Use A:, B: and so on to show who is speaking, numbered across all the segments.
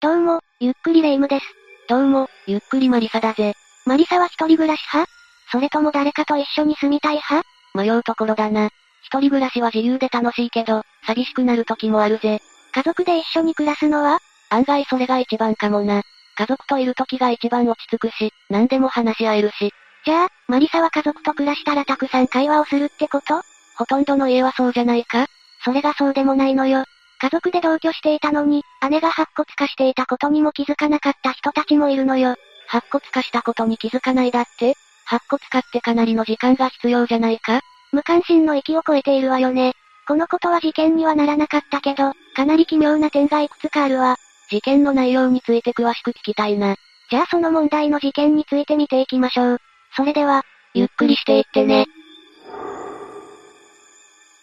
A: どうも、ゆっくりレ夢ムです。
B: どうも、ゆっくりマリサだぜ。
A: マリサは一人暮らし派それとも誰かと一緒に住みたい派
B: 迷うところだな。一人暮らしは自由で楽しいけど、寂しくなる時もあるぜ。
A: 家族で一緒に暮らすのは
B: 案外それが一番かもな。家族といる時が一番落ち着くし、何でも話し合えるし。
A: じゃあ、マリサは家族と暮らしたらたくさん会話をするってこと
B: ほとんどの家はそうじゃないか
A: それがそうでもないのよ。家族で同居していたのに、姉が白骨化していたことにも気づかなかった人たちもいるのよ。
B: 白骨化したことに気づかないだって白骨化ってかなりの時間が必要じゃないか
A: 無関心の域を超えているわよね。このことは事件にはならなかったけど、かなり奇妙な点がいくつかあるわ。
B: 事件の内容について詳しく聞きたいな。
A: じゃあその問題の事件について見ていきましょう。それでは、
B: ゆっくりしていってね。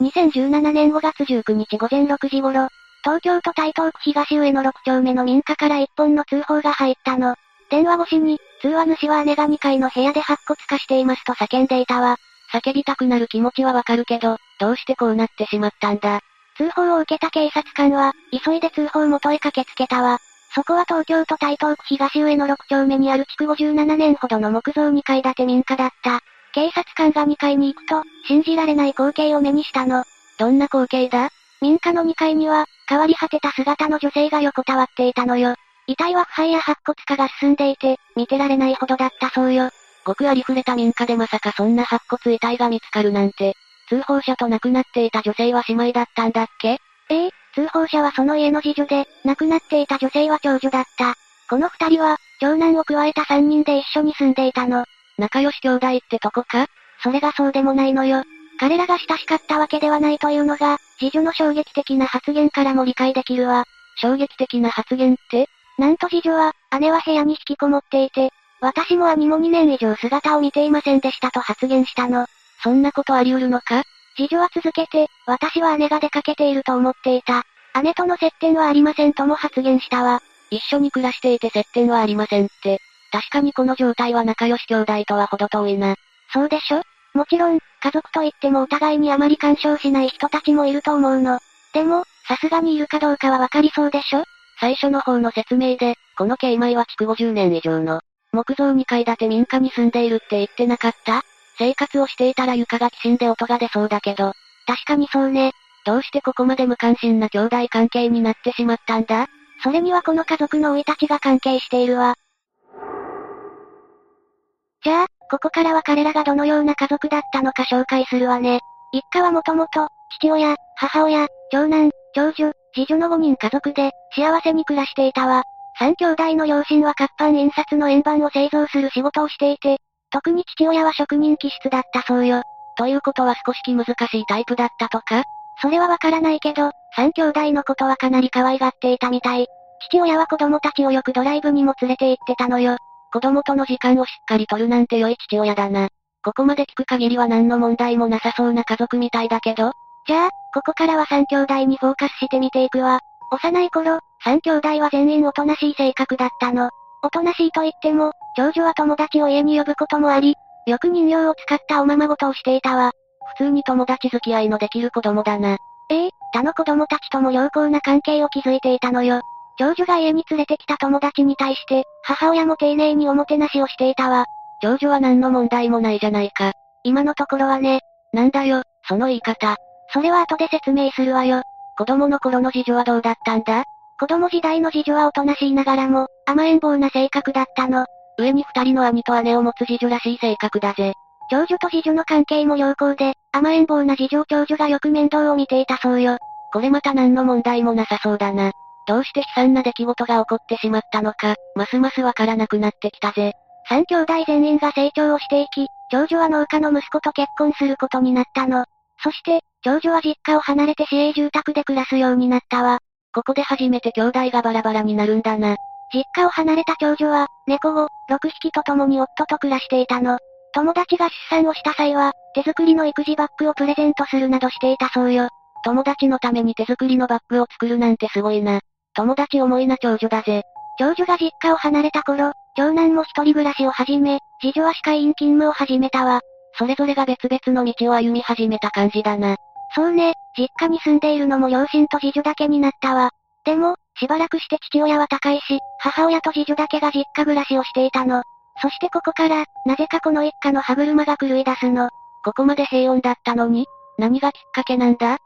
A: 2017年5月19日午前6時頃、東京都台東区東上の6丁目の民家から一本の通報が入ったの。電話越しに、通話主は姉が2階の部屋で白骨化していますと叫んでいたわ。
B: 叫びたくなる気持ちはわかるけど、どうしてこうなってしまったんだ。
A: 通報を受けた警察官は、急いで通報元へ駆けつけたわ。そこは東京都台東区東上の6丁目にある築57年ほどの木造2階建て民家だった。警察官が2階に行くと、信じられない光景を目にしたの。
B: どんな光景だ
A: 民家の2階には、変わり果てた姿の女性が横たわっていたのよ。遺体は腐敗や白骨化が進んでいて、見てられないほどだったそうよ。
B: ごくありふれた民家でまさかそんな白骨遺体が見つかるなんて、通報者と亡くなっていた女性は姉妹だったんだっけ
A: ええ、通報者はその家の次女で、亡くなっていた女性は長女だった。この二人は、長男を加えた三人で一緒に住んでいたの。
B: 仲良し兄弟ってとこか
A: それがそうでもないのよ。彼らが親しかったわけではないというのが、次女の衝撃的な発言からも理解できるわ。
B: 衝撃的な発言って
A: なんと次女は、姉は部屋に引きこもっていて、私も兄も2年以上姿を見ていませんでしたと発言したの。
B: そんなことあり得るのか
A: 次女は続けて、私は姉が出かけていると思っていた。姉との接点はありませんとも発言したわ。
B: 一緒に暮らしていて接点はありませんって。確かにこの状態は仲良し兄弟とは程遠いな。
A: そうでしょもちろん、家族といってもお互いにあまり干渉しない人たちもいると思うの。でも、さすがにいるかどうかはわかりそうでしょ
B: 最初の方の説明で、この慶米は築50年以上の、木造2階建て民家に住んでいるって言ってなかった生活をしていたら床がきしんで音が出そうだけど。
A: 確かにそうね。
B: どうしてここまで無関心な兄弟関係になってしまったんだ
A: それにはこの家族の生い立ちが関係しているわ。じゃあ、ここからは彼らがどのような家族だったのか紹介するわね。一家はもともと、父親、母親、長男、長女、次女の5人家族で、幸せに暮らしていたわ。三兄弟の両親は活版印刷の円盤を製造する仕事をしていて、特に父親は職人気質だったそうよ。
B: ということは少し気難しいタイプだったとか
A: それはわからないけど、三兄弟のことはかなり可愛がっていたみたい。父親は子供たちをよくドライブにも連れて行ってたのよ。
B: 子供との時間をしっかりとるなんて良い父親だな。ここまで聞く限りは何の問題もなさそうな家族みたいだけど。
A: じゃあ、ここからは三兄弟にフォーカスしてみていくわ。幼い頃、三兄弟は全員おとなしい性格だったの。おとなしいと言っても、長女は友達を家に呼ぶこともあり、よく人形を使ったおままごとをしていたわ。
B: 普通に友達付き合いのできる子供だな。
A: ええ他の子供たちとも良好な関係を築いていたのよ。長女が家に連れてきた友達に対して、母親も丁寧におもてなしをしていたわ。
B: 長女は何の問題もないじゃないか。
A: 今のところはね。
B: なんだよ、その言い方。
A: それは後で説明するわよ。
B: 子供の頃の次女はどうだったんだ
A: 子供時代の次女はおとなしいながらも、甘えん坊な性格だったの。
B: 上に二人の兄と姉を持つ次女らしい性格だぜ。
A: 長女と次女の関係も良好で、甘えん坊な次女長女がよく面倒を見ていたそうよ。
B: これまた何の問題もなさそうだな。どうして悲惨な出来事が起こってしまったのか、ますますわからなくなってきたぜ。
A: 三兄弟全員が成長をしていき、長女は農家の息子と結婚することになったの。そして、長女は実家を離れて市営住宅で暮らすようになったわ。
B: ここで初めて兄弟がバラバラになるんだな。
A: 実家を離れた長女は、猫を、6匹と共に夫と暮らしていたの。友達が出産をした際は、手作りの育児バッグをプレゼントするなどしていたそうよ。
B: 友達のために手作りのバッグを作るなんてすごいな。友達思いな長女だぜ。
A: 長女が実家を離れた頃、長男も一人暮らしを始め、次女は歯科医院勤務を始めたわ。
B: それぞれが別々の道を歩み始めた感じだな。
A: そうね、実家に住んでいるのも両親と次女だけになったわ。でも、しばらくして父親は他界し、母親と次女だけが実家暮らしをしていたの。そしてここから、なぜかこの一家の歯車が狂い出すの。
B: ここまで平穏だったのに何がきっかけなんだ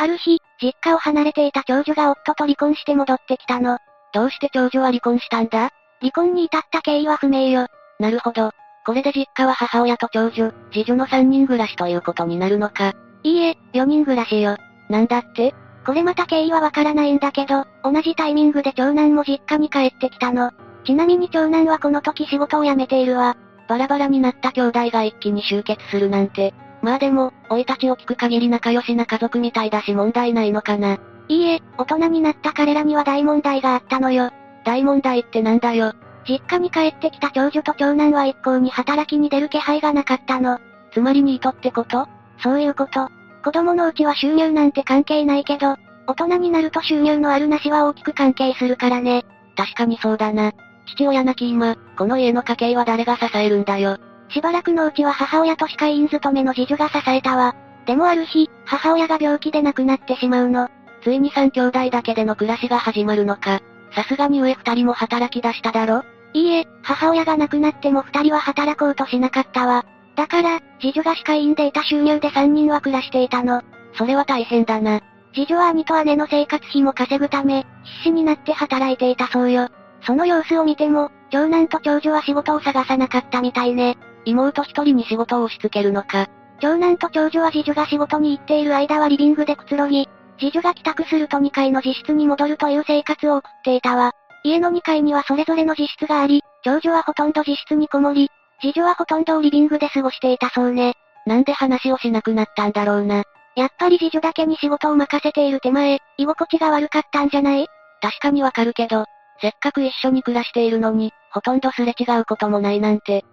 A: ある日、実家を離れていた長女が夫と離婚して戻ってきたの。
B: どうして長女は離婚したんだ
A: 離婚に至った経緯は不明よ。
B: なるほど。これで実家は母親と長女、次女の3人暮らしということになるのか。
A: いいえ、4人暮らしよ。
B: なんだって
A: これまた経緯はわからないんだけど、同じタイミングで長男も実家に帰ってきたの。ちなみに長男はこの時仕事を辞めているわ。
B: バラバラになった兄弟が一気に集結するなんて。まあでも、老いたちを聞く限り仲良しな家族みたいだし問題ないのかな。
A: いいえ、大人になった彼らには大問題があったのよ。
B: 大問題ってなんだよ。
A: 実家に帰ってきた長女と長男は一向に働きに出る気配がなかったの。
B: つまりニートってこと
A: そういうこと。子供のうちは収入なんて関係ないけど、大人になると収入のあるなしは大きく関係するからね。
B: 確かにそうだな。父親なき今、この家の家計は誰が支えるんだよ。
A: しばらくのうちは母親と歯科医院勤めの次女が支えたわ。でもある日、母親が病気で亡くなってしまうの。
B: ついに3兄弟だけでの暮らしが始まるのか。さすがに上2人も働き出しただろ
A: いいえ、母親が亡くなっても二人は働こうとしなかったわ。だから、次女が歯科医院でいた収入で三人は暮らしていたの。
B: それは大変だな。
A: 次女は兄と姉の生活費も稼ぐため、必死になって働いていたそうよ。その様子を見ても、長男と長女は仕事を探さなかったみたいね。
B: 妹一人に仕事を押し付けるのか。
A: 長男と長女は次女が仕事に行っている間はリビングでくつろぎ、次女が帰宅すると2階の自室に戻るという生活を送っていたわ。家の2階にはそれぞれの自室があり、長女はほとんど自室にこもり、次女はほとんどをリビングで過ごしていたそうね。
B: なんで話をしなくなったんだろうな。
A: やっぱり次女だけに仕事を任せている手前、居心地が悪かったんじゃない
B: 確かにわかるけど、せっかく一緒に暮らしているのに、ほとんどすれ違うこともないなんて、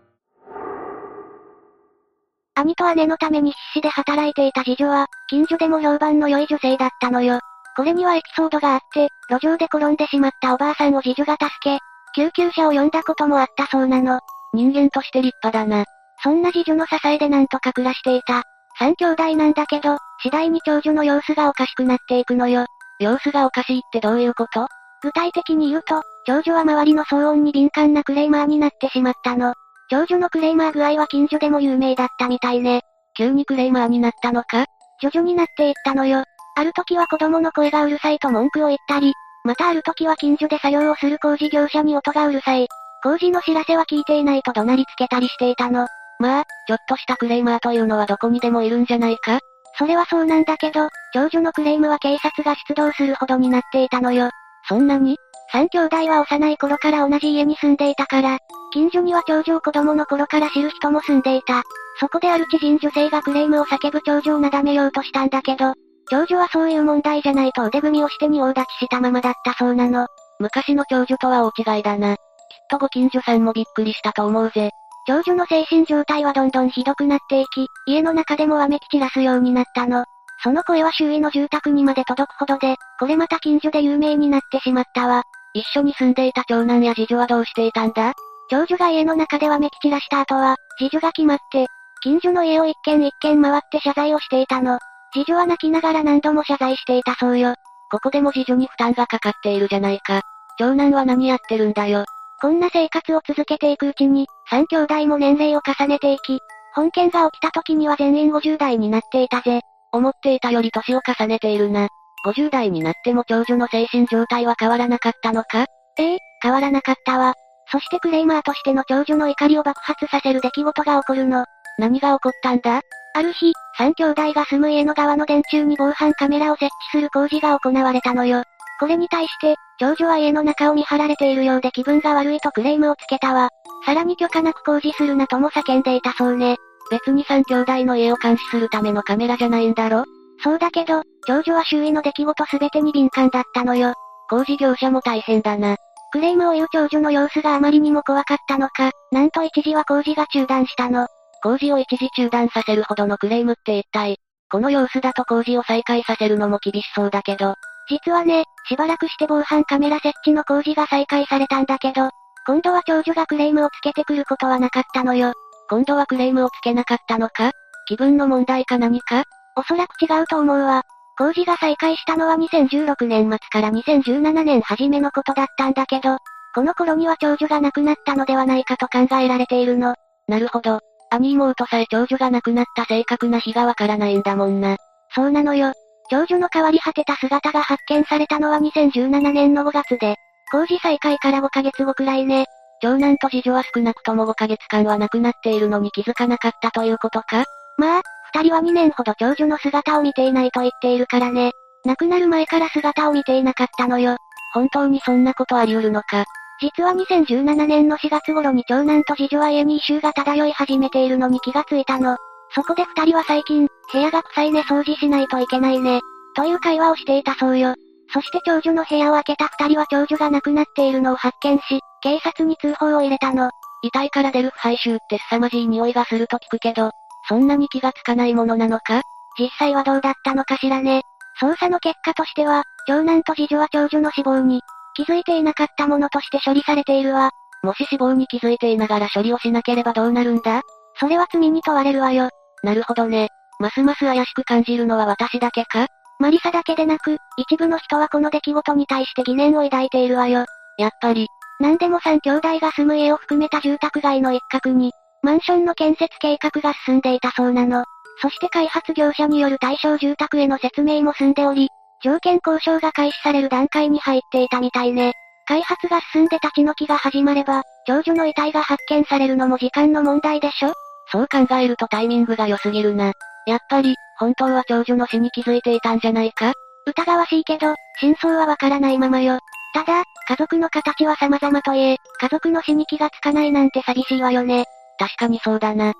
A: 兄と姉のために必死で働いていた次女は、近所でも評判の良い女性だったのよ。これにはエピソードがあって、路上で転んでしまったおばあさんを次女が助け、救急車を呼んだこともあったそうなの。
B: 人間として立派だな。
A: そんな次女の支えでなんとか暮らしていた。三兄弟なんだけど、次第に長女の様子がおかしくなっていくのよ。
B: 様子がおかしいってどういうこと
A: 具体的に言うと、長女は周りの騒音に敏感なクレイマーになってしまったの。長女のクレイマー具合は近所でも有名だったみたいね。
B: 急にクレイマーになったのか
A: 徐々になっていったのよ。ある時は子供の声がうるさいと文句を言ったり、またある時は近所で作業をする工事業者に音がうるさい。工事の知らせは聞いていないと怒鳴りつけたりしていたの。
B: まあ、ちょっとしたクレイマーというのはどこにでもいるんじゃないか
A: それはそうなんだけど、長女のクレームは警察が出動するほどになっていたのよ。
B: そんなに
A: 三兄弟は幼い頃から同じ家に住んでいたから、近所には長女を子供の頃から知る人も住んでいた。そこである知人女性がクレームを叫ぶ長女をなだめようとしたんだけど、長女はそういう問題じゃないと腕組みをして仁王立ちしたままだったそうなの。
B: 昔の長女とは大違いだな。きっとご近所さんもびっくりしたと思うぜ。
A: 長女の精神状態はどんどんひどくなっていき、家の中でもわめき散らすようになったの。その声は周囲の住宅にまで届くほどで、これまた近所で有名になってしまったわ。
B: 一緒に住んでいた長男や次女はどうしていたんだ
A: 長女が家の中ではめき散らした後は、次女が決まって、近所の家を一軒一軒回って謝罪をしていたの。次女は泣きながら何度も謝罪していたそうよ。
B: ここでも次女に負担がかかっているじゃないか。長男は何やってるんだよ。
A: こんな生活を続けていくうちに、三兄弟も年齢を重ねていき、本件が起きた時には全員50代になっていたぜ。
B: 思っていたより年を重ねているな。50代になっても長女の精神状態は変わらなかったのか
A: ええ、変わらなかったわ。そしてクレイマーとしての長女の怒りを爆発させる出来事が起こるの。
B: 何が起こったんだ
A: ある日、三兄弟が住む家の側の電柱に防犯カメラを設置する工事が行われたのよ。これに対して、長女は家の中を見張られているようで気分が悪いとクレームをつけたわ。さらに許可なく工事するなとも叫んでいたそうね。
B: 別に三兄弟の家を監視するためのカメラじゃないんだろ
A: そうだけど、長女は周囲の出来事すべてに敏感だったのよ。
B: 工事業者も大変だな。
A: クレームを言う長女の様子があまりにも怖かったのか、なんと一時は工事が中断したの。
B: 工事を一時中断させるほどのクレームって一体。この様子だと工事を再開させるのも厳しそうだけど、
A: 実はね、しばらくして防犯カメラ設置の工事が再開されたんだけど、今度は長女がクレームをつけてくることはなかったのよ。
B: 今度はクレームをつけなかったのか気分の問題か何か
A: おそらく違うと思うわ。工事が再開したのは2016年末から2017年初めのことだったんだけど、この頃には長女が亡くなったのではないかと考えられているの。
B: なるほど。兄妹さえ長女が亡くなった正確な日がわからないんだもんな。
A: そうなのよ。長女の変わり果てた姿が発見されたのは2017年の5月で、工事再開から5ヶ月後くらいね。
B: 長男と次女は少なくとも5ヶ月間は亡くなっているのに気づかなかったということか
A: まあ、二人は2年ほど長女の姿を見ていないと言っているからね。亡くなる前から姿を見ていなかったのよ。
B: 本当にそんなことあり得るのか。
A: 実は2017年の4月頃に長男と次女は家に異臭が漂い始めているのに気がついたの。そこで二人は最近、部屋が臭いね掃除しないといけないね。という会話をしていたそうよ。そして長女の部屋を開けた二人は長女が亡くなっているのを発見し、警察に通報を入れたの。
B: 遺体から出る腐敗臭って凄まじい匂いがすると聞くけど、そんなに気がつかないものなのか
A: 実際はどうだったのかしらね。捜査の結果としては、長男と次女は長女の死亡に、気づいていなかったものとして処理されているわ。
B: もし死亡に気づいていながら処理をしなければどうなるんだ
A: それは罪に問われるわよ。
B: なるほどね。ますます怪しく感じるのは私だけか
A: マリサだけでなく、一部の人はこの出来事に対して疑念を抱いているわよ。
B: やっぱり。
A: なんでも3兄弟が住む家を含めた住宅街の一角に、マンションの建設計画が進んでいたそうなの。そして開発業者による対象住宅への説明も済んでおり、条件交渉が開始される段階に入っていたみたいね。開発が進んで立ち退きが始まれば、長女の遺体が発見されるのも時間の問題でしょ
B: そう考えるとタイミングが良すぎるな。やっぱり、本当は長女の死に気づいていたんじゃないか
A: 疑わしいけど、真相はわからないままよ。ただ、家族の形は様々といえ、家族の死に気がつかないなんて寂しいわよね。
B: 確かにそうだな。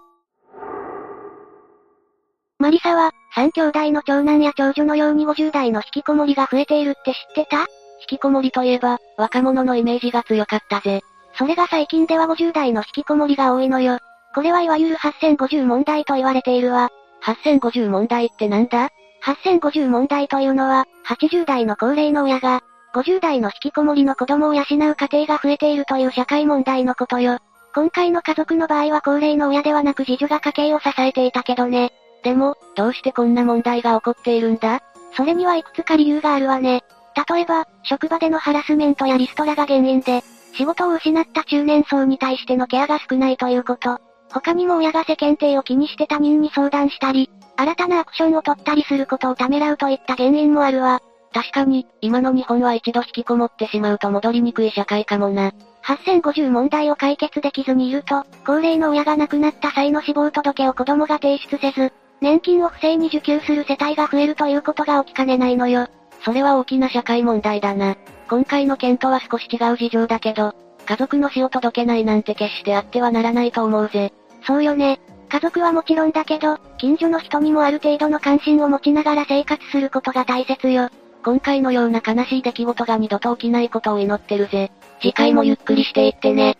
A: マリサは、3兄弟の長男や長女のように50代の引きこもりが増えているって知ってた
B: 引きこもりといえば、若者のイメージが強かったぜ。
A: それが最近では50代の引きこもりが多いのよ。これはいわゆる8050問題と言われているわ。
B: 8050問題ってなんだ
A: ?8050 問題というのは、80代の高齢の親が、50代の引きこもりの子供を養う家庭が増えているという社会問題のことよ。今回の家族の場合は高齢の親ではなく次女が家計を支えていたけどね。
B: でも、どうしてこんな問題が起こっているんだ
A: それにはいくつか理由があるわね。例えば、職場でのハラスメントやリストラが原因で、仕事を失った中年層に対してのケアが少ないということ。他にも親が世間体を気にして他人に相談したり、新たなアクションを取ったりすることをためらうといった原因もあるわ。
B: 確かに、今の日本は一度引きこもってしまうと戻りにくい社会かもな。
A: 8050問題を解決できずにいると、高齢の親が亡くなった際の死亡届を子供が提出せず、年金を不正に受給する世帯が増えるということが起きかねないのよ。
B: それは大きな社会問題だな。今回の件とは少し違う事情だけど、家族の死を届けないなんて決してあってはならないと思うぜ。
A: そうよね。家族はもちろんだけど、近所の人にもある程度の関心を持ちながら生活することが大切よ。
B: 今回のような悲しい出来事が二度と起きないことを祈ってるぜ。
A: 次回もゆっくりしていってね。